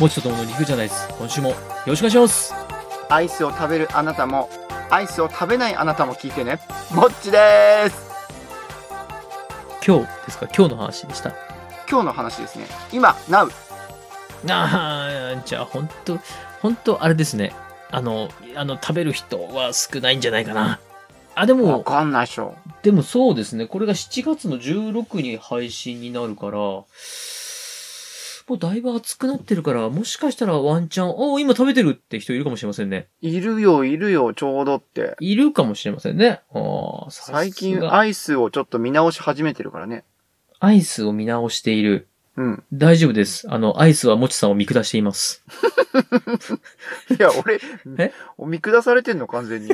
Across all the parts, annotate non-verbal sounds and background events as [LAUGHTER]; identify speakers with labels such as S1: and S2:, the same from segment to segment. S1: もちとともの肉じゃないです。今週もよろしくお願いします。
S2: アイスを食べるあなたもアイスを食べないあなたも聞いてねもっちです
S1: 今日ですか今日の話でした。
S2: 今日の話ですね今 Now
S1: ああ、じゃあ本当本当あれですね。あの、あの、食べる人は少ないんじゃないかな。あ、で
S2: わ
S1: も、
S2: かんないでしょ
S1: でもそうですね。これが7月の16に配信になるから、もうだいぶ暑くなってるから、もしかしたらワンチャン、おー今食べてるって人いるかもしれませんね。
S2: いるよいるよちょうどって
S1: いるかもしれませんね。ああ、さすが
S2: 最近アイスをちょっと見直し始めてるからね
S1: アイスを見直している。
S2: うん
S1: [LAUGHS] 大丈夫です。あの、アイスはもちさんを見下しています。
S2: いや俺
S1: え
S2: お見下されてんの完全に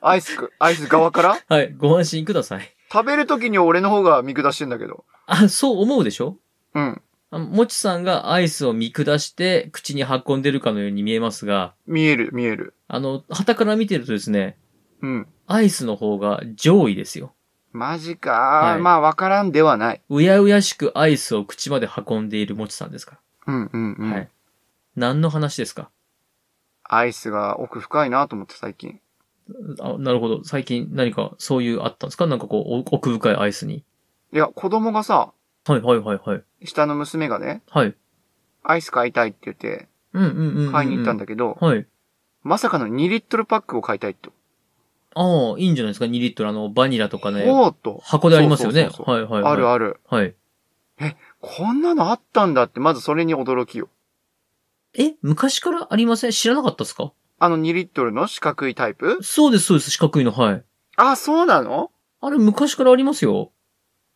S2: アイスくアイス側から
S1: はい、ご安心ください。
S2: 食べるときに俺の方が見下してんだけど
S1: あ、そう思うでしょ
S2: うん
S1: あもちさんがアイスを見下して口に運んでるかのように見えますが、
S2: 見える見える
S1: あの、旗から見てるとですね、
S2: うん
S1: アイスの方が上位ですよ。
S2: マジか、
S1: い
S2: まあわからんではないう
S1: やうやしくアイスを口まで運んでいるもちさんですか
S2: うんうんう
S1: ら。
S2: ん、
S1: はい。何の話ですか
S2: アイスが奥深いなと思って最近
S1: あなるほど。最近何かそういうあったんですかなんかこう、お奥深いアイスに。
S2: いや子供がさ
S1: はいはいはいはい。
S2: 下の娘がね、
S1: はい。
S2: アイス買いたいって言って、
S1: うんうんうんうん、
S2: 買いに行ったんだけど、
S1: はい。
S2: まさかの2リットルパックを買いたいと。
S1: ああ、いいんじゃないですか ?2 リットル、あの、バニラとかね。
S2: おーっと。
S1: 箱でありますよね。
S2: そうそうそう
S1: はいはい、はい。
S2: ある
S1: あ
S2: ある。
S1: る。はい。
S2: こんなのあったんだって、まずそれに驚きよ。
S1: え、昔からありません知らなかったですか
S2: あの2リットルの四角いタイプ
S1: そうです、そうです。四角いの、はい。
S2: あ、そうなの
S1: あれ、昔からありますよ。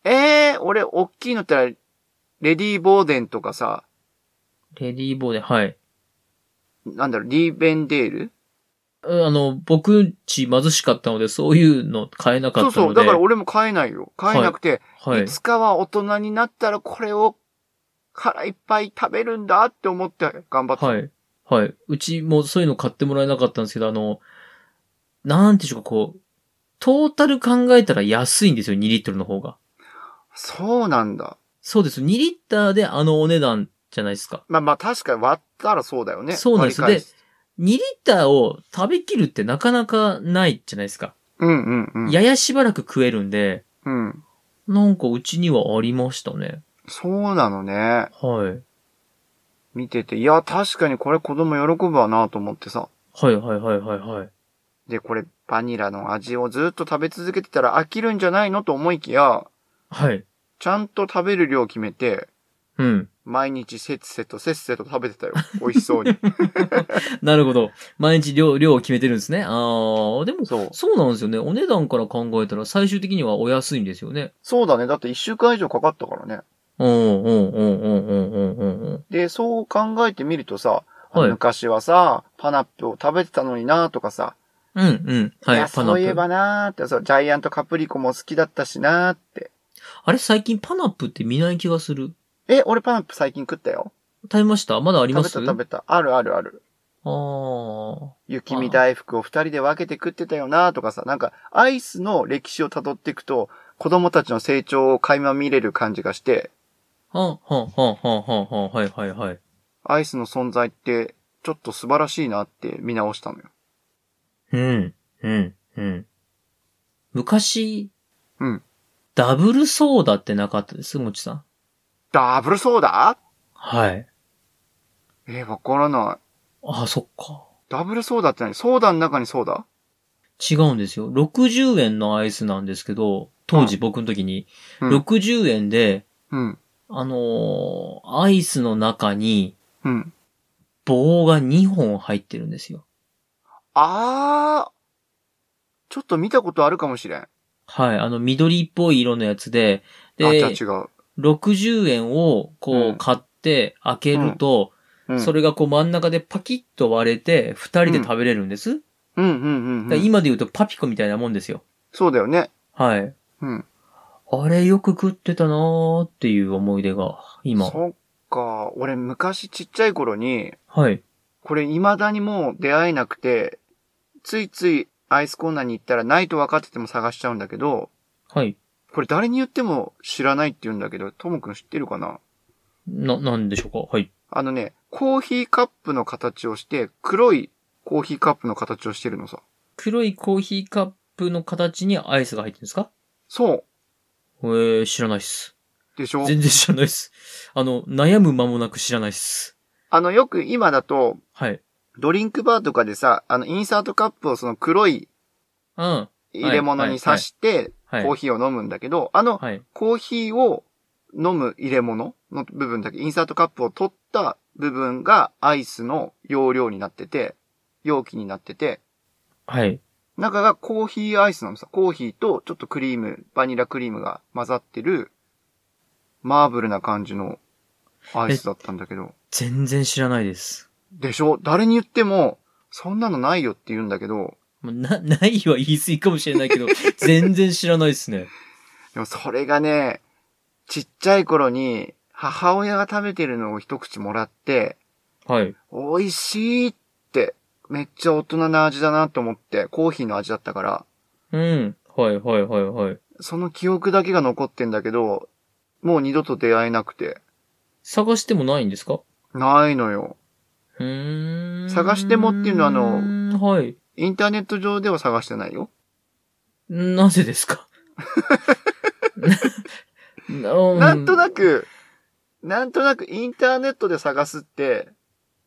S2: ええー、俺、おっきいのってのはレディー・ボーデンとかさ、
S1: レディーボーデン、はい。
S2: なんだろう、リーベンデール
S1: うんあの、僕んち貧しかったので、そういうの買えなか
S2: そう
S1: った
S2: そ
S1: の
S2: う。
S1: で。
S2: だから俺も買えないよ。買えなくて、、
S1: はいい。
S2: つかは大人になったらこれを腹いっぱい食べるんだって思って頑張った。
S1: はい。はい。うちもそういうの買ってもらえなかったんですけど、あの、なんていうんでしょうか、こう、トータル考えたら安いんですよ、2リットルの方が。
S2: そうなんだ。
S1: そうです。2リッターであのお値段じゃないですか。
S2: まあまあ確かに割ったらそうだよね。
S1: そうなんです
S2: 割り返す
S1: 2リッターを食べきるってなかなかないじゃないですか。
S2: うんうんうん。
S1: ややしばらく食えるんで、
S2: うん。
S1: なんかうちにはありましたね。
S2: そうなのね。
S1: はい。
S2: 見てて。いや、確かにこれ子供喜ぶわなと思ってさ。
S1: はいはいはいはいはい。
S2: で、これバニラの味をずっと食べ続けてたら飽きるんじゃないのと思いきや、
S1: はい。
S2: ちゃんと食べる量決めて、
S1: うん。
S2: 毎日せっせとせっせと食べ
S1: [LAUGHS]
S2: てたよ。美味しそうに。
S1: なるほど。毎日量、量を決めてるんですね。あー、でも、
S2: そう。
S1: そうなんですよね。お値段から考えたら最終的にはお安いんですよね。
S2: そうだね。だって一週間以上かかったからね。
S1: うん、うん、うん、うん、うん、うん、うんうん。
S2: で、そう考えてみるとさ、
S1: はい
S2: 昔はさ、パナップを食べてたのになとかさ、
S1: うん、うん。
S2: い
S1: は
S2: や
S1: い、パナ
S2: そういえ
S1: ップ。
S2: ばなーって、そう、ジャイアントカプリコも好きだったしなーって。
S1: あれ、最近パナップって見ない気がする。
S2: え、俺パナップ最近食ったよ。
S1: 食べましたまだあり
S2: 食
S1: ま
S2: べ
S1: す
S2: た食べた。あるあるある。
S1: あー。
S2: 雪見大福を二人で分けて食ってたよなーとかさ、なんか、アイスの歴史を辿っていくと、子供たちの成長を垣間見れる感じがして、
S1: はん、はん、はん、はん、はん、はん、はい、はい、はい。
S2: アイスの存在って、ちょっと素晴らしいなって見直したのよ。
S1: うん、うん、うん。昔、
S2: うん。
S1: ダブルソーダってなかったです、もちさん。
S2: ダブルソーダ
S1: はい。
S2: えーわからない。
S1: ああ、そっか。
S2: ダブルソーダって何ソーダの中にソーダ
S1: 違うんですよ。60円のアイスなんですけど、当時僕の時に、
S2: うん
S1: 60円で、
S2: うん。
S1: あのーアイスの中に
S2: うん。
S1: 棒が2本入ってるんですよ。
S2: あー、ちょっと見たことあるかもしれん。
S1: はい。あの、緑っぽい色のやつで、で、
S2: あ、じゃあ違う。
S1: 60円をこ
S2: う
S1: うん買って開けると、
S2: うん、
S1: それがこう真ん中でパキッと割れて、二人で食べれるんです。
S2: うんうんうん、う
S1: だから
S2: ん。
S1: 今で言うとパピコみたいなもんですよ。
S2: そうだよね。
S1: はい。
S2: うん。
S1: あれよく食ってたなーっていう思い出が、今。
S2: そっか。俺昔ちっちゃい頃に、
S1: はい。
S2: これ未だにもう出会えなくて、ついついアイスコーナーに行ったらないと分かってても探しちゃうんだけど、
S1: はい。
S2: これ誰に言っても知らないって言うんだけど、ともくん知ってるかな
S1: な、なんでしょうかはい。
S2: あのね、コーヒーカップの形をして、黒いコーヒーカップの形をしてるのさ。
S1: 黒いコーヒーカップの形にアイスが入ってるんですか
S2: そう。
S1: えー、知らないっす。
S2: でしょ
S1: 全然知らないっす。あの、悩む間もなく知らないっす。
S2: あの、よく今だと、
S1: はい。
S2: ドリンクバーとかでさ、あの、インサートカップをその黒い
S1: うん。
S2: 入れ物に刺して、
S1: はい。
S2: コーヒーを飲むんだけど、あの、
S1: はい。
S2: コーヒーを飲む入れ物の部分だけ、インサートカップを取った部分がアイスの容量になってて、容器になってて、
S1: はい。
S2: 中がコーヒーアイスなのさ。コーヒーとちょっとクリーム、バニラクリームが混ざってる、マーブルな感じのアイスだったんだけど。
S1: 全然知らないです。
S2: でしょ誰に言っても、そんなのないよって言うんだけど、
S1: もうな、ないは言い過ぎかもしれないけ
S2: [LAUGHS]
S1: ど、全然知らないっすね。
S2: でもそれがね、ちっちゃい頃に母親が食べてるのを一口もらって、
S1: はい。
S2: 美味しいって、めっちゃ大人な味だなと思って、コーヒーの味だったから、
S1: うん。はいはいはいはい。
S2: その記憶だけが残ってんだけど、もう二度と出会えなくて、
S1: 探してもないんですか
S2: ないのよ。
S1: うーん。
S2: 探してもっていうのはあの
S1: うーんはい。
S2: インターネット上では探してないよ。
S1: なぜですかな
S2: [LAUGHS] なんと
S1: く
S2: なく、なんとなくインターネットで探すって、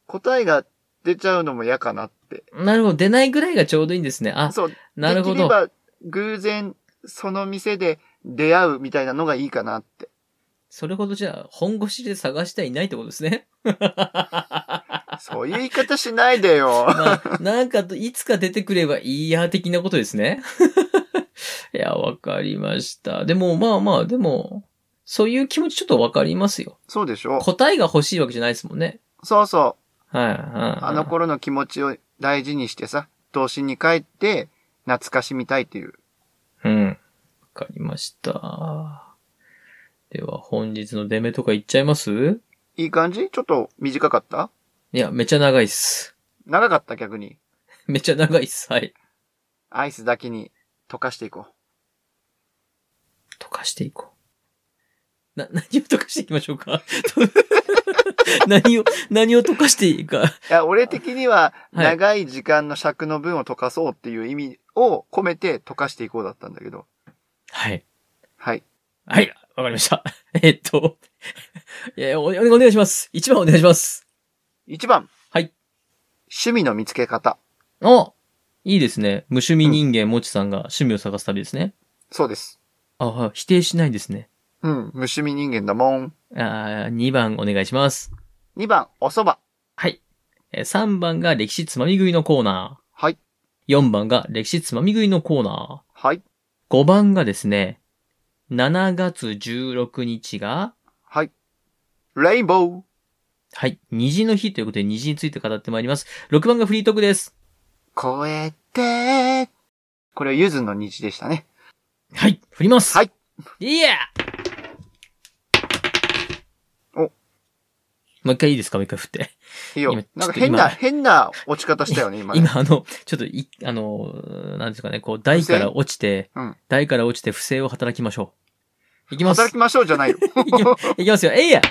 S2: 答えが出ちゃうのも嫌かなって。
S1: なるほど。出ないぐらいがちょうどいいんですね。あ、
S2: そう、
S1: なるほ
S2: できれ
S1: ど。
S2: ば偶然その店で出会うみたいなのがいいか
S1: [LAUGHS]
S2: なって。
S1: それほどじゃあ、本腰で探してはいないってことですね。
S2: そういう言い方しないでよ。
S1: ま
S2: [LAUGHS]
S1: あ、なんかと、いつか出てくればいいや、的なことですね。 [LAUGHS] いや、わかりました。でも、まあまあ、でも、そういう気持ちちょっとわかりますよ。
S2: そうでしょ
S1: 答えが欲しいわけじゃないですもんね。
S2: そうそう。
S1: はい、はい。
S2: あの頃の気持ちを大事にしてさ、童心に帰って懐かしみたいっていう。
S1: うん。わかりました。では、本日の出目とか言っちゃいます
S2: いい感じちょっと短かった
S1: いや、めちゃ長いっす。 [LAUGHS]
S2: 長かった逆に。
S1: めちゃ長いっす。はい。
S2: アイスだけに溶かしていこう。
S1: 溶かしていこう。な、何 [LAUGHS] を溶かしていきましょうか [LAUGHS] 何を、何を溶かしていいか。
S2: いや、俺的には、
S1: はい
S2: 長い時間の尺の分を溶かそうっていう意味を込めて溶かしていこうだったんだけど。
S1: はい。
S2: はい。
S1: はい、わかりました。 [LAUGHS] えっと、えお、お願いします。一番お願いします。
S2: 1番。
S1: はい。
S2: 趣味の見つけ方。
S1: あいいですね。無趣味人間、もちさんが趣味を探す旅ですね。
S2: そうです。
S1: あ、はい否定しないですね。
S2: うん。無趣味人間だもん。
S1: あー2番お願いします。
S2: 2番、お蕎麦。
S1: はい。えー3番が歴史つまみ食いのコーナ
S2: はい。
S1: ー。4番が歴史つまみ食いのコーナ
S2: はい。
S1: ー。5番がですね、7月16日が、
S2: はい。レインボー。
S1: はい、虹の日ということで虹について語ってまいります。6番がフリートークです。
S2: 超えて。これはゆずの虹でしたね。
S1: はい、振ります。
S2: はい。
S1: いや
S2: お
S1: もう一回いいですかもう一回振って。
S2: いいよ
S1: 今。
S2: なんか
S1: ちょっと
S2: 変
S1: 今
S2: な、変な落ち方したよね、今ね。
S1: 今あの、ちょっとい、あの、なんですかね、こう、台から落ちて、
S2: うん
S1: 台から落ちて不正を働きましょう。いきます
S2: 働。きましょうじゃないよ。
S1: [LAUGHS] いきまいきますよ。えいや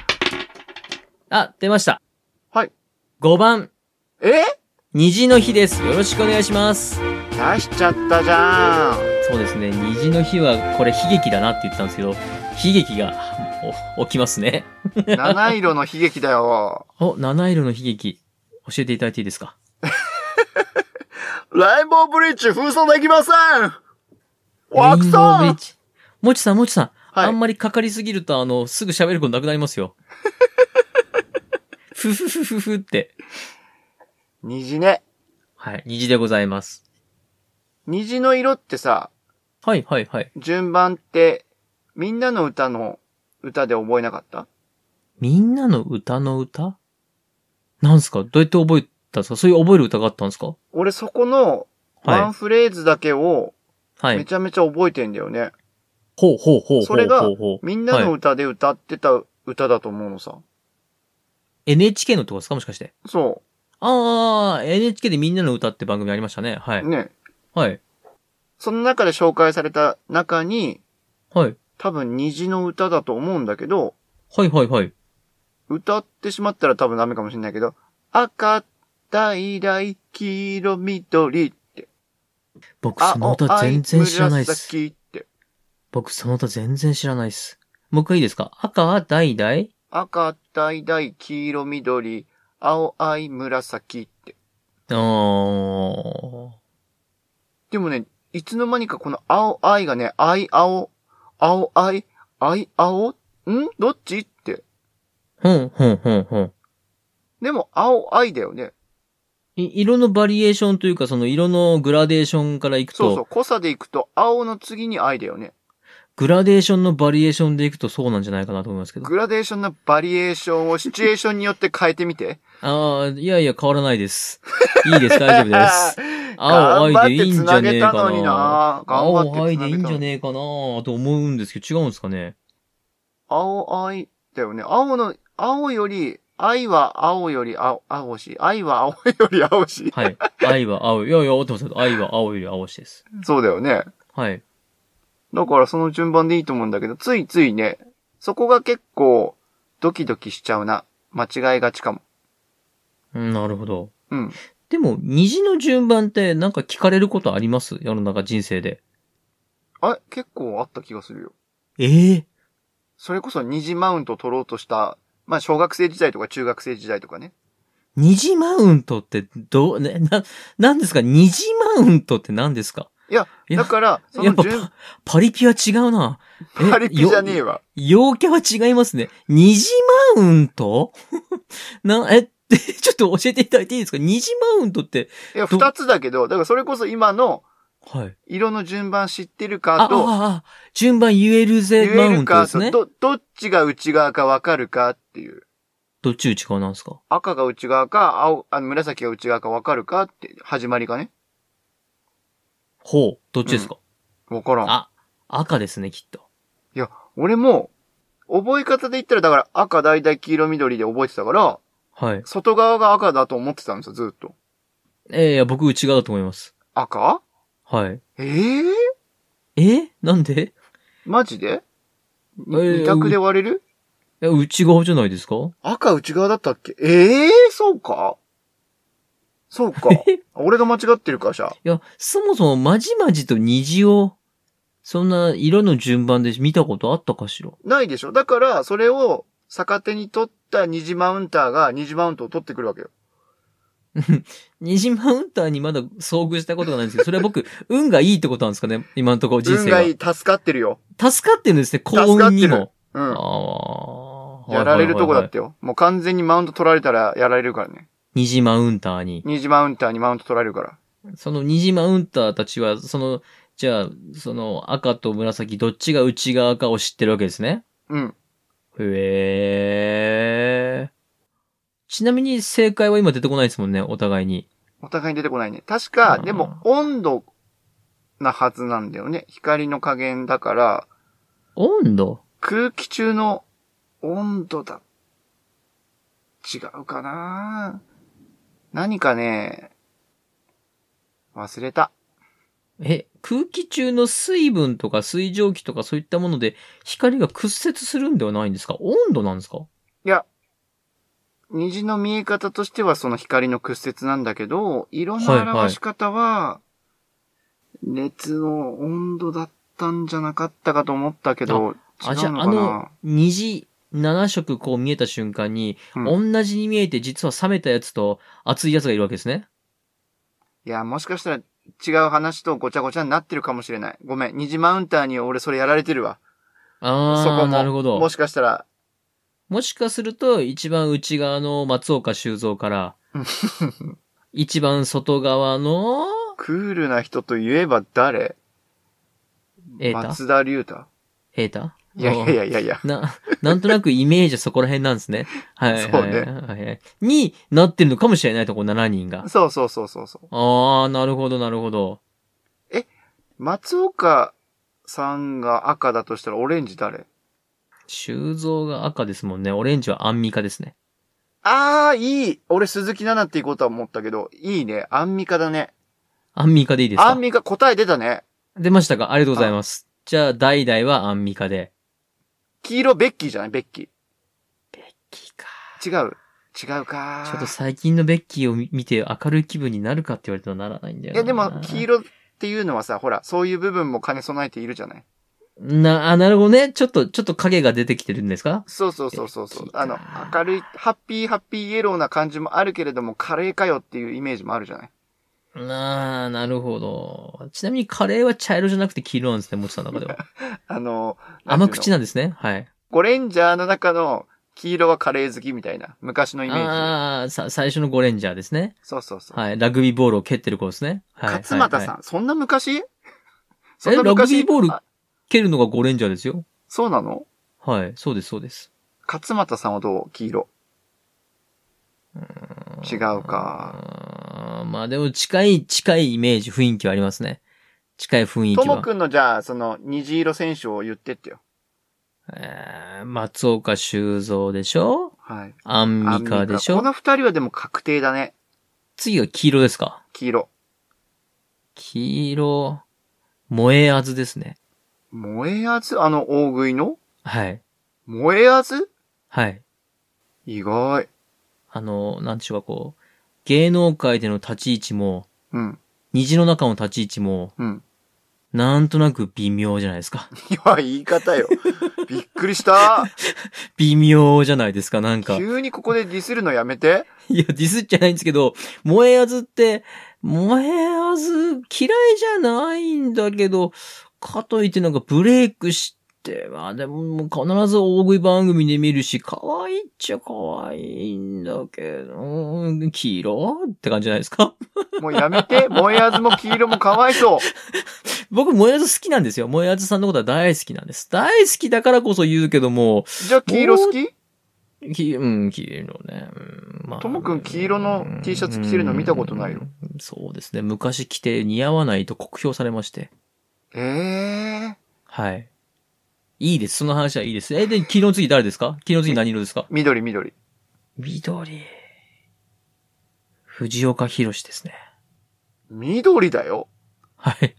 S1: あ、出ました。
S2: はい。
S1: 5番、
S2: [LAUGHS] え
S1: 虹の日です。よろしくお願いします。
S2: 出しちゃったじゃん。
S1: そうですね、虹の日は、これ悲劇だなって言ってたんですけど、悲劇が、お起きますね。
S2: 七色の悲劇だよ。
S1: お、七色の悲劇、教えていただいていいですか
S2: ラインボーブリッジ封鎖できません
S1: ワ
S2: 枠さん
S1: もちさん、もちさん、
S2: はい
S1: あんまりかかりすぎると、あの、すぐ喋ることなくなり
S2: [LAUGHS]
S1: ますよ。ふふふふふって。
S2: 虹ね。
S1: はい、虹でございます。
S2: 虹の色ってさ、
S1: はい、はい、はい。
S2: 順番って、みんなの歌の歌で覚えなかった
S1: みんなの歌の歌なんすかどうやって覚えたんですかそういう覚える歌があったんですか
S2: 俺そこのワン
S1: は
S2: フレーズだけを
S1: い。は
S2: め
S1: い。
S2: ちゃめちゃ覚えてんだよね。
S1: ほうほうほうほうほうほう。
S2: それが
S1: み
S2: みんなの歌で歌ってた歌だと思うのさ。
S1: NHK のってことですかもしかして。
S2: そ。。
S1: ああ、NHK でみんなの歌って番組ありましたね。はいう
S2: ね。
S1: はい。
S2: その中で紹介された中に、
S1: はい。
S2: 多分虹の歌だと思うんだけど、
S1: はいはいはい。
S2: 歌ってしまったら多分ダメかもしれないけど、赤、大大、黄色、緑って。
S1: 僕その歌全然知らないです。
S2: 紫って。
S1: 僕その歌全然知らないです。もう一回いいですか赤、大々
S2: 赤、大大、黄色、緑、青、藍、紫って。
S1: あー。
S2: でもね、いつの間にかこの青、藍がね、藍、青、青、藍、藍、青、んどっちって。
S1: ほん、ほん、ほん、ほん。
S2: でも、青、藍だよね。
S1: い色のバリエーションというか、その色のグラデーションからいくと、
S2: そうそう、濃さでいくと、青の次に藍だよね。
S1: グラデーションのバリエーションでいくとそうなんじゃないかなと思いますけど。
S2: グラデーションのバリエーションをシチュエーションによって変えてみて。
S1: ああ、いやいや、変わらないです。いいです、大丈夫
S2: [LAUGHS]
S1: です。青、
S2: 頑
S1: 愛でい
S2: 張っ
S1: い
S2: て
S1: んじ
S2: 繋
S1: ゃね
S2: げ
S1: え
S2: た
S1: か
S2: のに
S1: な。
S2: な頑張って
S1: 青、愛
S2: 繋
S1: でい
S2: げ
S1: い
S2: た
S1: ん
S2: の
S1: じゃねえかなと思うんですけど、違うんですか
S2: [LAUGHS]
S1: ね。
S2: 青、愛だよね。青の、青より、愛は青より青、青し。愛は青より青し。
S1: はい。愛は青い。いやいや、合ってますよ。愛は青より青しです。
S2: そうだよね。
S1: はい。
S2: だからその順番でいいと思うんだけど、ついついね、そこが結構、ドキドキしちゃうな。間違いがちかも。
S1: うんなるほど。
S2: うん。
S1: でも、虹の順番ってなんか聞かれることあります世の中人生で。
S2: あれ結構あった気がするよ。
S1: ええ
S2: それこそ二次マウント取ろうとした、まあ小学生時代とか中学生時代とかね。
S1: 虹マウントってどう、ね、な、なんですか虹マウントって何ですか
S2: いや、
S1: いや
S2: だから、そ
S1: やっ
S2: の
S1: ぱ
S2: 順、
S1: パリピは違うな。え
S2: パリピじゃねえわ。
S1: 陽キャは違いますね。虹マウント [LAUGHS] な、え、 [LAUGHS] ってちょっと教えていただいていいですか虹マウントって、
S2: いや、
S1: ど
S2: 二つだけど、だからそれこそ今の
S1: はい。
S2: 色の順番知ってる
S1: あ、あ
S2: かと、
S1: あ、あ順番言える
S2: 言
S1: ぜマ
S2: え
S1: ウ
S2: る
S1: ント
S2: か
S1: ですね。ど
S2: ど、どっちが内側かわかるかっていう。
S1: っち内側なんですか
S2: 赤が内側か、青、あの紫が内側かわかるかって、始まりがね。
S1: ほう。どっちですか、
S2: わからん。
S1: あ、赤ですね、きっと。
S2: 俺も、覚え方で言ったら、だから赤、大体黄色、緑で覚えてたから、
S1: はい。
S2: 外側が赤だと思ってたんですよ、ずっと。
S1: ええいや、僕内側だと思います。
S2: 赤
S1: はい。
S2: ええー、
S1: えなんで
S2: マジで、に
S1: えー
S2: 二択で割れる
S1: いや内側じゃないですか
S2: 赤内側だったっけええー、そうかそう
S1: [LAUGHS]
S2: か。俺が間違ってるか、じゃあ。
S1: いや、そもそもまじまじと虹を、そんな色の順番で見たことあったかしら
S2: ないでしょだから、それを逆手に取った二次マウンターが二次マウントを取ってくるわけよ。
S1: 虹マウンターにまだ遭遇したことがないんですけど、それは [LAUGHS] 僕、運がいいってことなんですかね今のところ人
S2: 運
S1: 生
S2: が
S1: が。
S2: いい、助かってるよ。
S1: 助かってるんですね、幸運にも。
S2: うん。
S1: ああ。
S2: やられる
S1: はいはいは
S2: とこだ
S1: い
S2: っ
S1: はい。
S2: てよ。もう完全にマウント取られたらやられるからね。
S1: 虹マウンターに。
S2: 二次マウンターにマウント取られるから。
S1: その虹マウンターたちは、その、じゃあ、その赤と紫、どっちが内側かを知ってるわけですね。
S2: うん。
S1: へえ。ちなみに正解は今出てこないですもんね、お互いに。
S2: お互いに出てこないね。確
S1: う
S2: か、
S1: ん
S2: でも温度なはずなんだよね。光の加減だから、
S1: 温度
S2: 空気中の温度だ。違うかな何かね、忘れた。
S1: え、空気中の水分とか水蒸気とかそういったもので光が屈折するんではないんですか温度なんですか
S2: いや、虹の見え方としてはその光の屈折なんだけど、色
S1: はいは
S2: の
S1: い
S2: 表し方は、熱の温度だったんじゃなかったかと思ったけど、違
S1: あ、じゃ
S2: うの
S1: あ、
S2: か
S1: あの
S2: な、
S1: 虹、7色こう見えた瞬間に、
S2: う
S1: 同じに見えて実は冷めたやつと熱いやつがいるわけですね。
S2: いや、もしかしたら違う話とごちゃごちゃになってるかもしれない。ごめん、虹マウンターに俺それやられてるわ。
S1: あ
S2: そこ
S1: ー、
S2: も。
S1: なるほど。
S2: も
S1: も
S2: しかしたら、
S1: しかすると、一番内側の松岡修造から、
S2: [LAUGHS]
S1: 一番外側の、
S2: クールな人と言えば誰
S1: エータ
S2: 松田龍太
S1: エータ
S2: いやいやいやいやいや。
S1: な、なんとなくイメージはそこら辺なんですね。
S2: [LAUGHS]
S1: はいはい、はい。
S2: そうね
S1: はいはいになってるのかもしれないと、この7人が。
S2: そうそうそうそうそう。
S1: ああ、なるほど、なるほど。
S2: 松岡さんが赤だとしたらオレンジ誰
S1: 修造が赤ですもんね。オレンジはアンミカですね。
S2: あー、いい俺鈴木奈々っていうことは思ったけど、いいね。アンミカだね。
S1: アンミカでいいです
S2: ア
S1: か
S2: ンミカ答え出たね。
S1: 出ましたかありがとうございます。じゃあ、代々はアンミカで。
S2: 黄色ベッキーじゃないベッキー。
S1: キーか
S2: 違う。違うか
S1: ちょっと最近のベッキーを見見て明るい気分になるかって言われたらならないんだよ
S2: い
S1: な。
S2: や、でも、黄色っていうのはさ、ほら、そういう部分も兼ね備えているじゃない
S1: な、あ、なるほどね。ちょっと、ちょっと影が出てきてるんですか
S2: そうそうそうそうそう
S1: ベッ。キー
S2: あの
S1: か、
S2: 明るい、ハッピーハッピーイエローな感じもあるけれども、カレーかよっていうイメージもあるじゃない
S1: なあ、なるほど。ちなみにカレーは茶色じゃなくて黄色なんですね、もちさんの中では。
S2: あの、
S1: 甘口
S2: な。
S1: なんですね。はい。
S2: ゴレンジャーの中の黄色はカレー好きみたいな、昔のイメージ。
S1: ああ、さ、最初のゴレンジャーですね。
S2: そうそうそう。
S1: はい。ラグビーボールを蹴ってる子ですね。はい。
S2: 勝俣さん、
S1: はいはい
S2: そんな昔そ
S1: え、
S2: ん
S1: ラ
S2: な
S1: グ
S2: 昔
S1: ビーボール
S2: あ
S1: 蹴るのがゴレンジャーですよ。
S2: そうなの
S1: はい。そうです、そうです。
S2: 勝俣さんはどう黄色。違うか。
S1: あーまあでも近い、近いイメージ、雰囲気はありますね。近い雰囲
S2: と
S1: 気
S2: も
S1: は。
S2: くんのじゃあ、その、虹色選手を言ってってよ。
S1: えー松岡修造でしょ
S2: はい。
S1: アンミカでし
S2: アンミカこ
S1: ょ
S2: の二人はでも確定だね。
S1: 次は黄色ですか
S2: 黄色。
S1: 黄色、燃えあずですね。
S2: 燃えあずあの、大食いの
S1: はい。
S2: 燃えあず
S1: はい。
S2: 意外。
S1: あの、なんちゅうかこう、芸能界での立ち位置も、
S2: うん。
S1: 虹の中の立ち位置も、
S2: うん。 [LAUGHS]
S1: なんとなく微妙じゃないですか。 [LAUGHS]
S2: いや、言い方よ。びっくりした。
S1: 微妙じゃないですか、なんか。
S2: 急にここでディスるのやめて。
S1: いや、ディスっちゃないんですけど、燃えあずって、燃えあず嫌いじゃないんだけど、かといってなんかブレイクして、まあでももう必ず大食い番組で見るし、可愛いっちゃ可愛いんだけど、うん黄色って感じじゃないですか [LAUGHS]
S2: もうやめて。燃えあずも黄色もかわいそう。
S1: 僕燃えあず好きなんですよ。燃えあずさんのことは大好きなんです。大好きだからこそ言うけども、
S2: じゃあ、黄色好き
S1: き、うん、黄色ね。うんまあ
S2: ともくん黄色の T シャツ着てるの見たことないよ。
S1: うんそうですね。昔着て似合わないと酷評されまして。
S2: ええー。
S1: はい。いいです。その話はいいです。え、で、昨日の次誰ですか昨日の次何色ですか
S2: 緑緑。
S1: 緑。藤岡弘ですね。
S2: 緑だよ。
S1: はい。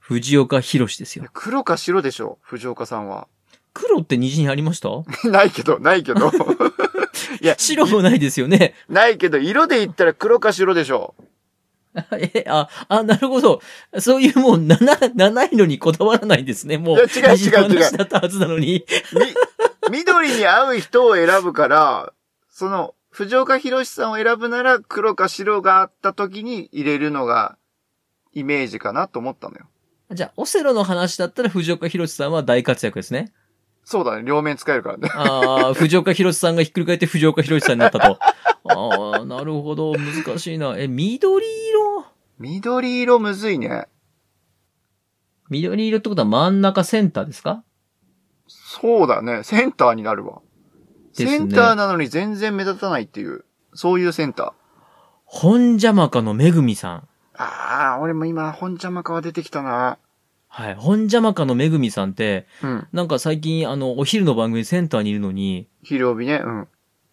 S1: 藤岡弘ですよ。
S2: 黒か白でしょ、藤岡さんは。 [LAUGHS]
S1: 黒って虹にありました
S2: ないけど、ないけど。 [LAUGHS] いや、
S1: 白もないですよね。
S2: ないけど、色で言ったら黒か白でしょ。
S1: え、あ、あ、なるほど。そういうもう7、七色にこだわらないんですね。もう、
S2: いや違う
S1: 虹の
S2: 違う違う
S1: 話だったはずなのに。
S2: み、 [LAUGHS] 緑に合う人を選ぶから、その、藤岡弘さんを選ぶなら、黒か白があった時に入れるのが、イメージかなと思ったのよ。
S1: じゃあ、オセロの話だったら藤岡弘さんは大活躍ですね。
S2: そうだね、両面使えるからね。 [LAUGHS]
S1: ああ、藤岡弘さんがひっくり返って藤岡弘さんになったと。ああ、なるほど。難しいな。え、緑色
S2: 緑色むずいね。
S1: 緑色ってことは真ん中センターですか
S2: そうだね、センターになるわ。
S1: ですね
S2: センターなのに全然目立たないっていう、そういうセンター。
S1: 本邪魔かのめぐみさん。
S2: ああ、俺も今、本邪魔川出てきたな。
S1: はい。本邪魔かのめぐみさんって、
S2: うん。
S1: なんか最近、あの、お昼の番組センターにいるのに、
S2: 昼帯ね。うん。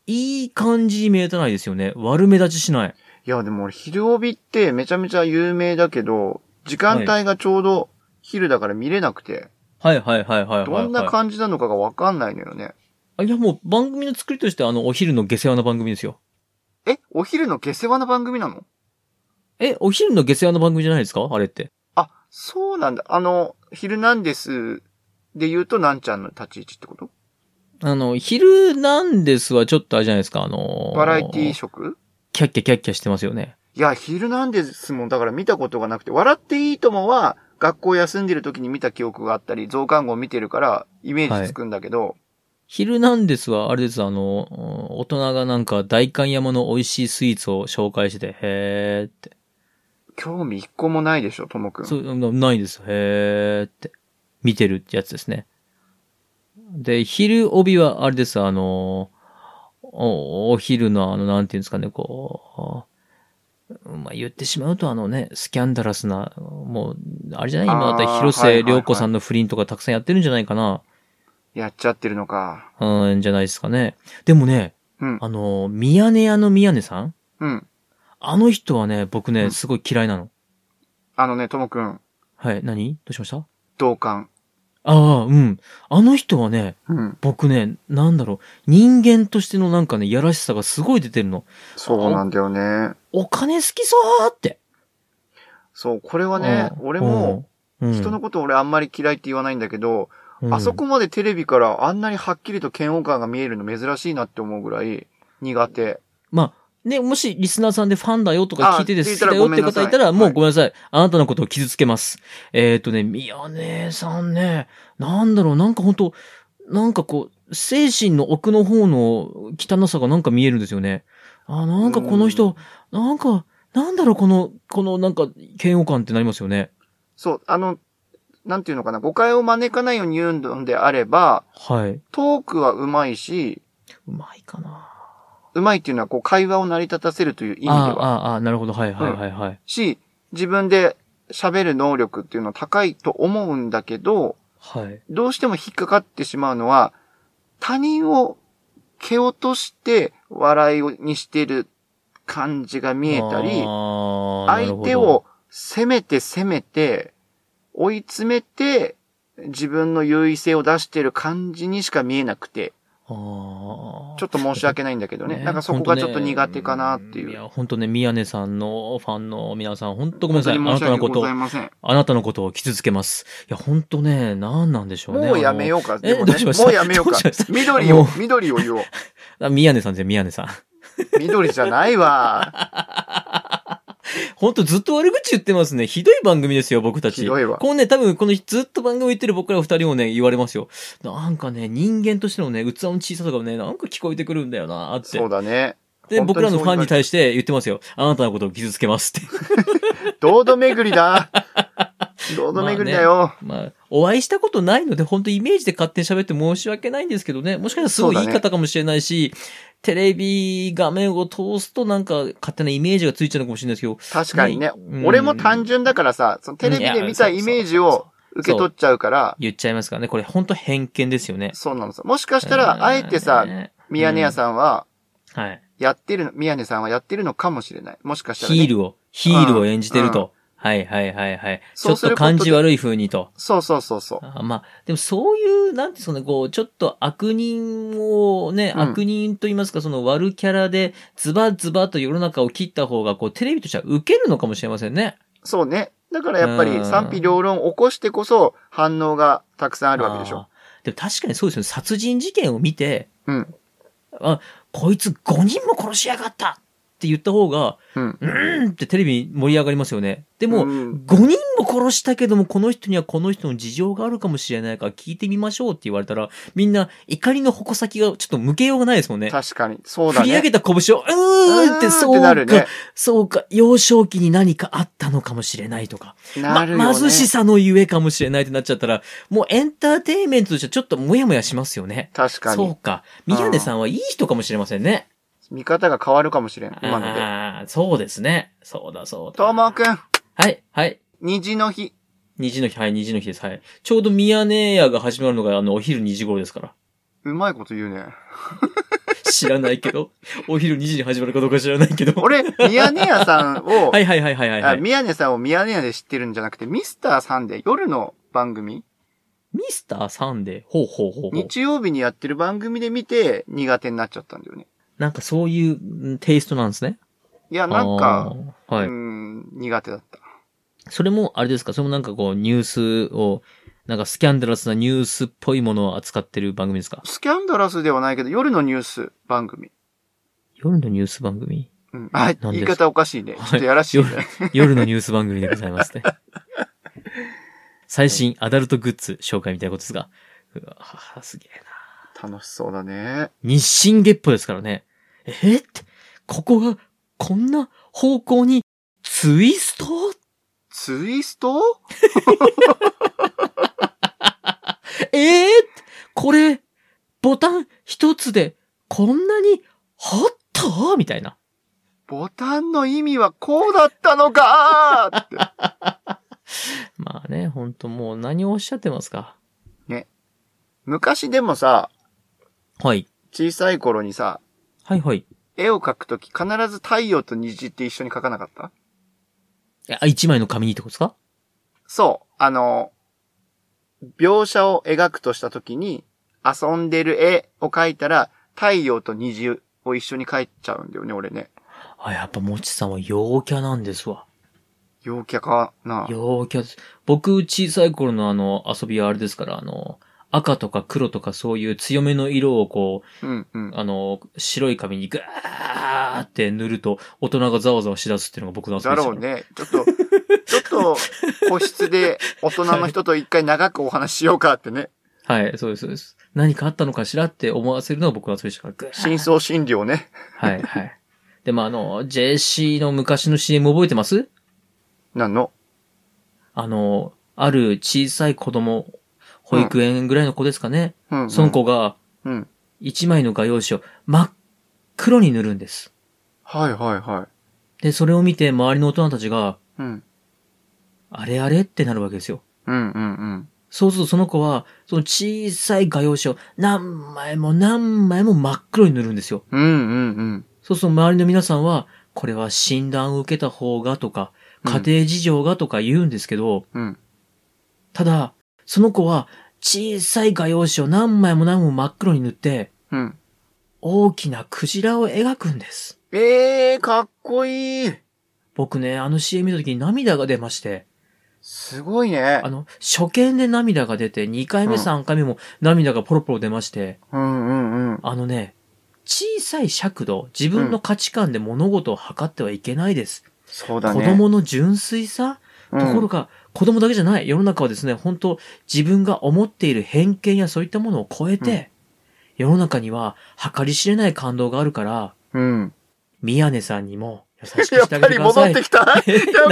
S1: いい感じに見えてないですよね。悪目立ちしない。
S2: いや、でも俺、昼帯ってめちゃめちゃ有名だけど、時間帯がちょうど昼だから見れなくて、
S1: はいはいはいはいはい、はい。
S2: どんな感じなのかがわかんないのよね。
S1: あいやもう番組の作りとしてあの、お昼の下世話な番組ですよ。
S2: え、お昼の下世話な番組なの
S1: え、お昼の下世話の番組じゃないですかあれって。
S2: あ、そうなんだ。あの、昼なんですで言うと、なんちゃんの立ち位置ってこと
S1: あの、昼なんですはちょっとあれじゃないですか、あのー
S2: バラエティ色
S1: キャッキャキャッキャしてますよね。
S2: いや、昼なんですもん。だから見たことがなくて、笑っていいともは、学校休んでる時に見た記憶があったり、増刊号見てるから、イメージつくんだけど、
S1: 昼なんですは、あれです、あのー、大人がなんか大観山の美味しいスイーツを紹介してて、へーって。
S2: 興味一個もないでしょ、ともくん。
S1: そう、なないです、へーって。見てるってやつですね。で、昼帯はあれです、あのー、おお昼のあの、なんていうんですかね、こう、まあ、言ってしまうとあのね、スキャンダラスな、もう、あれじゃない今だったら
S2: あー
S1: 広
S2: はいは
S1: 瀬
S2: いはい
S1: 良子さんの不倫とかたくさんやってるんじゃないかな。
S2: やっちゃってるのか。
S1: うん、じゃないですかね。でもね、
S2: うん。
S1: あの、ミヤネ屋のミヤネさん
S2: うん。
S1: あの人はね、僕
S2: う
S1: ね、
S2: ん
S1: すごい嫌いなの。
S2: あのね、ともくん、
S1: はい、何どうしました
S2: 同感。
S1: ああ、うん。あの人はね、
S2: うん。
S1: 僕ね、なんだろう、人間としてのなんかね、やらしさがすごい出てるの。
S2: そうなんだよね。
S1: お金好きそうって。
S2: そう、これはね、
S1: うん
S2: 俺も、、
S1: うん
S2: 人の、こと俺あんまり嫌いって言わないんだけど、
S1: うん
S2: あそこまでテレビからあんなにはっきりと嫌悪感が見えるの珍しいなって思うぐらい苦手。
S1: まあ、ね、もしリスナーさんでファンだよとか聞いてて好
S2: あ聞
S1: き
S2: いた
S1: だ
S2: ら
S1: よ
S2: ご
S1: っ
S2: め
S1: て
S2: んなさ
S1: 方
S2: い
S1: いたら、もうごめんなさい。あなたのことを傷つけます。えっ、とね、宮根さんね、なんだろう、なんか本当なんかこう、精神の奥の方の汚さがなんか見えるんですよね。あ、なんかこの
S2: う
S1: 人
S2: ん、
S1: なんか、なんだろう、この、このなんか嫌悪感ってなりますよね。
S2: そう、あの、なんていうのかな、誤解を招かないように言うのであれば、
S1: はい。う
S2: トークは上手いし、
S1: まいかな。
S2: 上手いっていうのはこう会話を成り立たせるという意味で
S1: ああ、
S2: は、
S1: ああ、なるほど。はいはいはいはい。
S2: し、自分で喋る能力っていうのは高いと思うんだけど、
S1: はい。
S2: どうしても引っかかってしまうのは、他人を蹴落として笑いをにしてる感じが見えたり、相
S1: 相
S2: 手、を攻めて攻めて、追い詰めて、自分の優位性を出してる感じにしか見えなくて、
S1: ちょ
S2: ちょっと申し訳ないんだけどね。なんかそこがちょっと苦手かなっていう。
S1: いや、本当ね、宮根さんのファンの皆さん、本当ごめんなさ
S2: 本当
S1: い。あ
S2: に申
S1: な
S2: した
S1: の
S2: 訳
S1: こ
S2: ご
S1: と
S2: ざい、ません。
S1: あなたのことを傷つけます。いや、本当ね、なんなんでしょうね。
S2: もうやめ
S1: う。
S2: ようか。
S1: え
S2: でもね
S1: どうしました
S2: もうやめよう
S1: ど
S2: か
S1: うしまし。た
S2: 緑を
S1: も、
S2: 緑を言おう。
S1: あ宮根さんですよ、宮根さん。
S2: 緑じゃない
S1: [LAUGHS]
S2: わ。
S1: 本当ずっと悪口言ってますね。ひどい番組ですよ、僕たち。
S2: ひどいわ
S1: このね、多分このずっと番組言ってる僕ら二人もね、言われますよ。なんかね、人間としてのね、器の小ささがね、なんか聞こえてくるんだよなって。
S2: そうだね。
S1: で、
S2: 本当
S1: 僕
S2: に
S1: らの
S2: そ
S1: フ
S2: う言わ
S1: ァ
S2: れ
S1: ンに
S2: て
S1: 対して言ってますよ。あなたのことを傷つけますって。 [LAUGHS]
S2: 堂々巡りだ。堂々巡りだよ。
S1: まあ、お会いしたことないので、本当イメージで勝手に喋って申し訳ないんですけどね。もしかしたらすごいい
S2: そ
S1: うい
S2: だね
S1: 方かもしれないし、テレビ画面を通すとなんか勝手なイメージがついちゃうのかもしれないですけど。
S2: 確かにね
S1: う。ん
S2: 俺も単純だからさ、そのテレビで見た
S1: うんいや
S2: イメージを受け取っちゃうから、
S1: 言っちゃいますからね。これ本当偏見ですよね。
S2: そうなのさ。もしかしたら、あえてさ、
S1: ね
S2: 宮根屋さんは、
S1: はい。
S2: やってるの、宮根さんはやってるのかもしれない。もしかしたら、
S1: ヒー
S2: ね。
S1: ルを、ヒールを演じてると。はいはいはいはい。ちょ
S2: そう
S1: っ
S2: す
S1: と
S2: ること
S1: 感
S2: で
S1: じ悪い風にと。
S2: そうそうそうそう。
S1: あまあ、でもそういう、なんていうんですかね、こう、ちょっと悪人をね、
S2: うん
S1: 悪人と言いますか、その悪キャラで、ズバズバと世の中を切った方が、こう、テレビとしては受けるのかもしれませんね。
S2: そうね。だからやっぱ
S1: う
S2: り
S1: ん
S2: 賛否両論を起こしてこそ反応がたくさんあ
S1: あ
S2: るわけでしょ。
S1: ー。でも確かにそうですよね。殺人事件を見て、
S2: うん。
S1: あ、こいつ5人も殺しやがったって言った方が、
S2: うん。
S1: うんってテレビ盛り上がりますよね。でも、
S2: うん
S1: 5人も殺したけども、この人にはこの人の事情があるかもしれないから聞いてみましょうって言われたら、みんな怒りの矛先がちょっと向けようがないですもんね。
S2: 確かに。そうだ
S1: 振り上
S2: ね。
S1: げた拳を、うーんって、そう
S2: な
S1: か、
S2: るね。
S1: そうか、幼少期に何かあったのかもしれないとか、
S2: なるよね。
S1: ま貧しさのゆえかもしれないってなっちゃったら、もうエンターテインメントとしてはちょっともやもやしますよね。
S2: 確か
S1: そう
S2: に。
S1: か。宮根さんはいい人かもしれませんね。
S2: 見方が変わるかもしれん。今ので。
S1: ああ、そうですね。そうだそうだ。
S2: ともくん、
S1: はい、はい。
S2: 虹の日。
S1: 虹の日、はい、虹の日です。はい。ちょうどミヤネ屋が始まるのが、あの、お昼2時頃ですから。 [LAUGHS]
S2: うまいこと言うね。
S1: 知らないけど、 [LAUGHS] お昼2時に始まるかどうか知らないけど。は
S2: 俺、宮根屋さんを、
S1: い [LAUGHS] はいはいはいはい、は
S2: あ
S1: い。ミ
S2: 宮根さんを宮根屋で知ってるんじゃなくて、ミスターさんで夜の番組、
S1: スターサンデー、ほうほうほうほう。
S2: 日曜日にやってる番組で見て苦手になっちゃったんだよね。
S1: なんかそういうんテイストなんですね。
S2: いや、なんか、
S1: あー。は
S2: う
S1: い。
S2: ん、苦手だった。
S1: それも、あれですかそれもなんかこう、ニュースを、なんかスキャンダラスなニュースっぽいものを扱ってる番組ですか
S2: スキャンダラスではないけど、夜のニュース番組。
S1: 夜のニュース番
S2: [LAUGHS]
S1: 組
S2: うん。あ、
S1: か
S2: 言い方おかしいね。ちょっとやらしいね。
S1: 夜のニュース番組でございます
S2: [LAUGHS]
S1: ね。最新アダルトグッズ紹介みたいなことですが。うわぁすげえな。
S2: 楽しそうだね。
S1: 日進月歩ですからね。えーって、ここがこんな方向にツイスト
S2: ツイスト
S1: えーって、これ、ボタン一つでこんなにホットみたいな。
S2: ボタンの意味はこうだったのか
S1: [LAUGHS]
S2: って。
S1: まあね、ほんともう何をおっしゃってますか。
S2: 昔でもさ、
S1: はい。
S2: 小さい頃にさ、
S1: はいはい。
S2: 絵を描くとき必ず太陽と虹って一緒に描かなかった
S1: えあ、一枚の紙にってことですか
S2: そう。あの、描写を描くとしたときに、遊んでる絵を描いたら、太陽と虹を一緒に描いちゃうんだよね、俺ね。
S1: あ、やっぱもちさんは陽キャなんですわ。
S2: 陽キャかな
S1: 陽キャです。僕、小さい頃のあの、遊びはあれですから、あの、赤とか黒とかそういう強めの色をこう、
S2: うんうん。
S1: あの、白い紙にガーって塗ると、大人がざわざわしだすっていうのが僕の遊び
S2: だ
S1: です
S2: ろ
S1: よ
S2: う。ね。ちょっと、ちょっと、個室で大人の人と一回長くお話ししようかってね。
S1: はい、そうです、そうです。何かあったのかしらって思わせるのが僕の遊びでしたから、
S2: [LAUGHS]
S1: グー
S2: 真相診療ね。
S1: はい、はい。でもあの、JC の昔の CM 覚えてます
S2: なんの
S1: あの、ある小さい子供、保育園ぐらいの子ですかね。
S2: うん、うん。
S1: その子が、
S2: うん。
S1: 一枚の画用紙を真っ黒に塗るんです。
S2: はいはいは
S1: で、それを見て周りの大人たちが、
S2: い。うん。
S1: あれあれってなるわけですよ。
S2: うんうんうん。
S1: そうするとその子は、その小さい画用紙を何枚も何枚も真っ黒に塗るんですよ。
S2: うんうんうん。
S1: そうすると周りの皆さんは、これは診断を受けた方がとか、家庭事情がとか言うんですけど、
S2: うん。
S1: ただ、その子は小さい画用紙を何枚も何枚も真っ黒に塗って、
S2: うん。
S1: 大きなクジラを描くんです。
S2: ええー、かっこいい。
S1: 僕ね、あの CM 見た時に涙が出まして、
S2: すごいね
S1: あ。の、初見で涙が出て、2回目
S2: うん
S1: 3回目も涙がポロポロ出まして、
S2: うんうんうん。
S1: あのね、小さい尺度、自分の価値観で物事を測ってはいけないです。
S2: そうだ
S1: 子
S2: ね。
S1: 供の純粋さ、
S2: うん
S1: ところが、子供だけじゃない。世の中はですね、本当自分が思っている偏見やそういったものを超えて、世の中には計り知れない感動があるから、
S2: うん。宮
S1: 宮根さんにも優しく
S2: やっ
S1: してあ
S2: ぱ
S1: げてく
S2: り
S1: ださ
S2: 戻っ
S1: い
S2: て。きた。や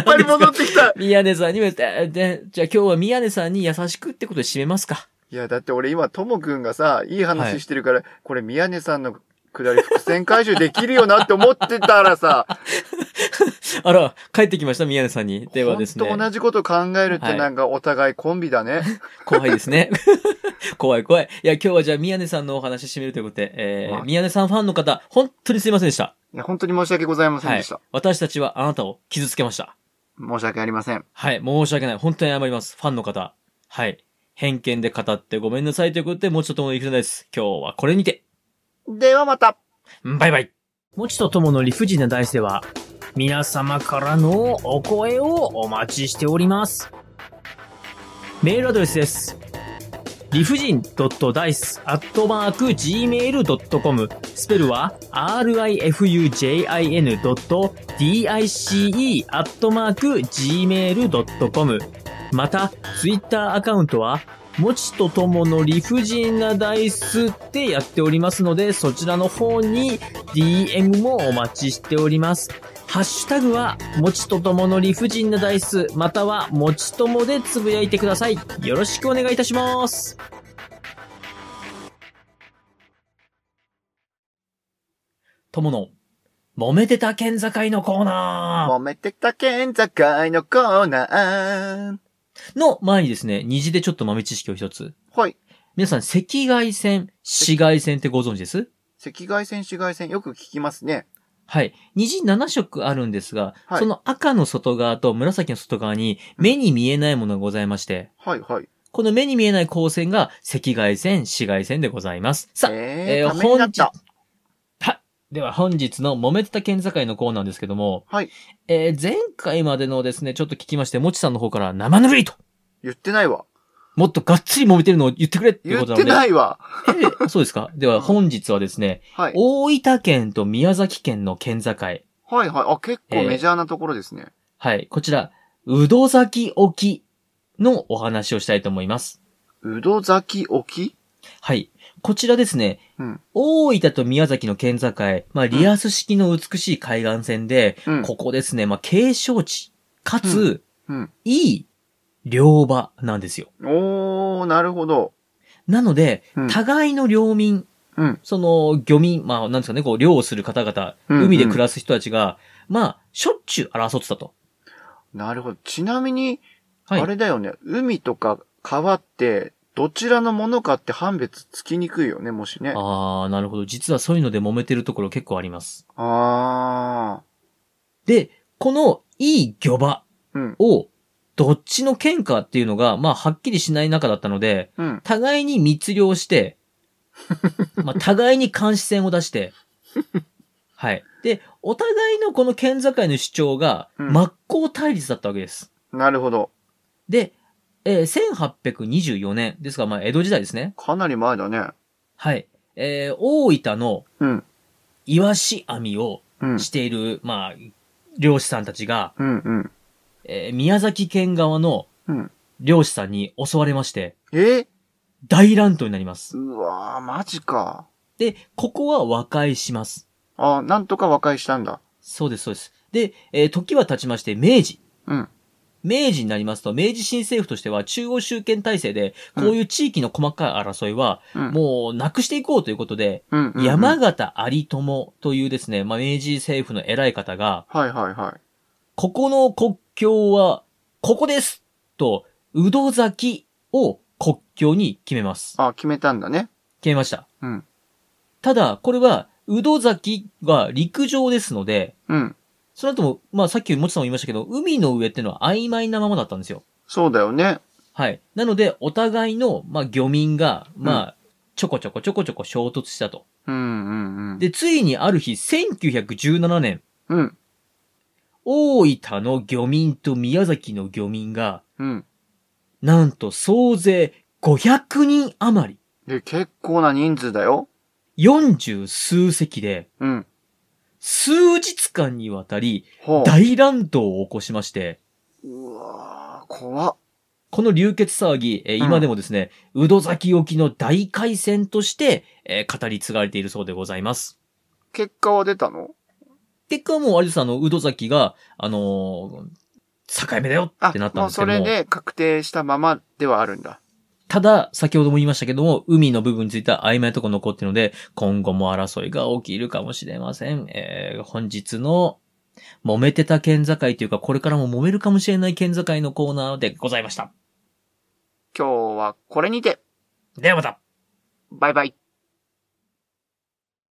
S2: っぱり戻って
S1: [LAUGHS]
S2: きた。
S1: 宮根さんにも、えで、じゃあ今日は宮根さんに優しくってことで締めますか。
S2: いや、だって俺今、ともくんがさ、いい話してるから、これ宮根さんのくだり伏線回収できるよなって思ってたらさ、
S1: あら、帰ってきました、宮根さんに。 [LAUGHS] では
S2: 本
S1: です
S2: 当
S1: ね。
S2: 同じこと考えるっ
S1: は
S2: て
S1: い
S2: なんかお互いコンビだね。
S1: 怖いですね。 [LAUGHS] 怖い怖い。いや、今日はじゃあ宮根さんのお話し締めるということで、え
S2: は
S1: ー、
S2: い
S1: 宮根さんファンの方、本当にすいませんでした。
S2: いや本当に申し訳ございません
S1: は
S2: で
S1: い
S2: した。。
S1: 私たちはあなたを傷つけました。
S2: 申し訳ありません。
S1: はい、申し訳ない。本当に謝ります。ファンの方。はい。偏見で語ってごめんなさいということで、もうちょっともいくないです。今日はこれにて。
S2: ではまた
S1: バイバイ。もちとともの理不尽な大世は、皆様からのお声をお待ちしております。メールアドレスです。理不尽 .dice.gmail.com スペルは rifujin.dice.gmail.com また、ツイッターアカウントは、もちとともの理不尽なダイスってやっておりますので、そちらの方に DM もお待ちしております。ハッシュタグは、もちとともの理不尽なダイス、または、もちともでつぶやいてください。よろしくお願いいたします。ともの、揉めてた県境のコーナ
S2: 揉めてた県境のコーナー。
S1: ーの前にですね、虹でちょっと豆知識を一つ。
S2: はい。
S1: 皆さん、赤外線、紫外線ってご存知です
S2: 赤外線、紫外線、よく聞きますね。
S1: はい。虹7色あるんですが、
S2: はい
S1: その赤の外側と紫の外側に目に見えないものがございまして、
S2: はいはい。
S1: この目に見えない光線が赤外線、紫外線でございます。さあ、
S2: えー
S1: えー
S2: ためにな
S1: 本
S2: っ
S1: 日
S2: た。
S1: は、では本日の揉めてた県境のコーナーですけども、
S2: はい。
S1: えー前回までのですね、ちょっと聞きまして、もちさんの方から生ぬるいと、
S2: 言ってないわ。
S1: もっとがっつり揉めてるのを言ってくれっていう
S2: 言
S1: こ
S2: っ
S1: となの
S2: て
S1: で、
S2: ないわ。
S1: えーそうですか。では本日はですね、
S2: はい。
S1: 大分県と宮崎県の県境。
S2: はいはい。あ、結構メジャーなところですね。
S1: はい、こちら、うど崎沖のお話をしたいと思います。
S2: うど崎沖
S1: はい。こちらですね、
S2: うん
S1: 大分と宮崎の県境、まあ、リアス式の美しい海岸線で、
S2: うん。
S1: ここですね、まあ、景勝地、かつ、
S2: うん。
S1: いい漁場なんですよ。
S2: おー、なるほど。
S1: なので、
S2: うん
S1: 互いの領民、
S2: うん
S1: その、漁民、まあ、なんですかね、こう、漁をする方々、
S2: うんうん
S1: 海で暮らす人たちが、まあ、しょっちゅう争ってたと。
S2: なるほど。ちなみに、
S1: はい。
S2: あれだよね。海とか川って、どちらのものかって判別つきにくいよね、もしね。
S1: ああ、なるほど。実はそういうので揉めてるところ結構あります。
S2: あ
S1: で、このいい魚場
S2: ー。うん。
S1: をどっちの県かっていうのが、まあ、はっきりしない中だったので、
S2: うん。
S1: 互いに密漁
S2: [LAUGHS]
S1: して、まあ、互いに監視線を出して、はい。で、お互いのこの県境の主張が、
S2: うん
S1: 真っ向対立だったわけです。
S2: なるほど。
S1: で、えー1824年ですから、まあ、江戸時代ですね。
S2: かなり前だね。
S1: はい。えー大分の
S2: うん。
S1: イワシ網を
S2: うん。
S1: している、まあ、漁師さんたちが、
S2: うんうん。
S1: えー宮崎県側の
S2: うん。
S1: 漁師さんに襲われまして、
S2: え
S1: 大乱闘になります。
S2: うわー、マジか。
S1: で、ここは和解します。
S2: あ、なんとか和解したんだ。
S1: そうです、そうです。で、えー時は経ちまして、明治。
S2: うん。
S1: 明治になりますと、明治新政府としては中央集権体制で、こういう地域の細かい争いは、
S2: うん。
S1: もうなくしていこうということで、
S2: うん、うんうん。
S1: 山形有友というですね、まあ、明治政府の偉い方が、
S2: はいはいはい。
S1: ここの国境は、ここですと、うど崎を国境に決めます。
S2: あ、決めたんだね。
S1: 決めました。
S2: うん。
S1: ただ、これは、うど崎は陸上ですので、
S2: うん。
S1: その後も、まあさっきもちさんも言いましたけど、海の上っていうのは曖昧なままだったんですよ。
S2: そうだよね。
S1: はい。なので、お互いの、まあ漁民が、まあ、ちょこちょこちょこちょこ衝突したと。
S2: うんうんうん。
S1: で、ついにある日、1917年、
S2: うん。
S1: 大分の漁民と宮崎の漁民が、
S2: うん。
S1: なんと総勢500人余
S2: で、結構な人数だよ。
S1: り、40数隻で、
S2: うん。
S1: 数日間にわたり
S2: ほう。
S1: 大乱闘を起こしまして、
S2: うわー、怖っ。
S1: この流血騒ぎ、えー
S2: うん
S1: 今でもですね、うど崎沖の大海戦として、えー語り継がれているそうでございます。
S2: 結果は出たの
S1: 結果はもう、あれです、あの、うど崎が、あのー境目だよ
S2: あ、
S1: ってなったん
S2: も
S1: で
S2: う
S1: すけ
S2: そ
S1: ども
S2: れで確定したままではあるんだ。
S1: ただ、先ほども言いましたけども、海の部分については曖昧なとこ残っているので、今後も争いが起きるかもしれません。えー、本日の、揉めてた県境というか、これからも揉めるかもしれない県境のコーナーでございました。
S2: 今日はこれにて、
S1: ではまた
S2: バイバイ。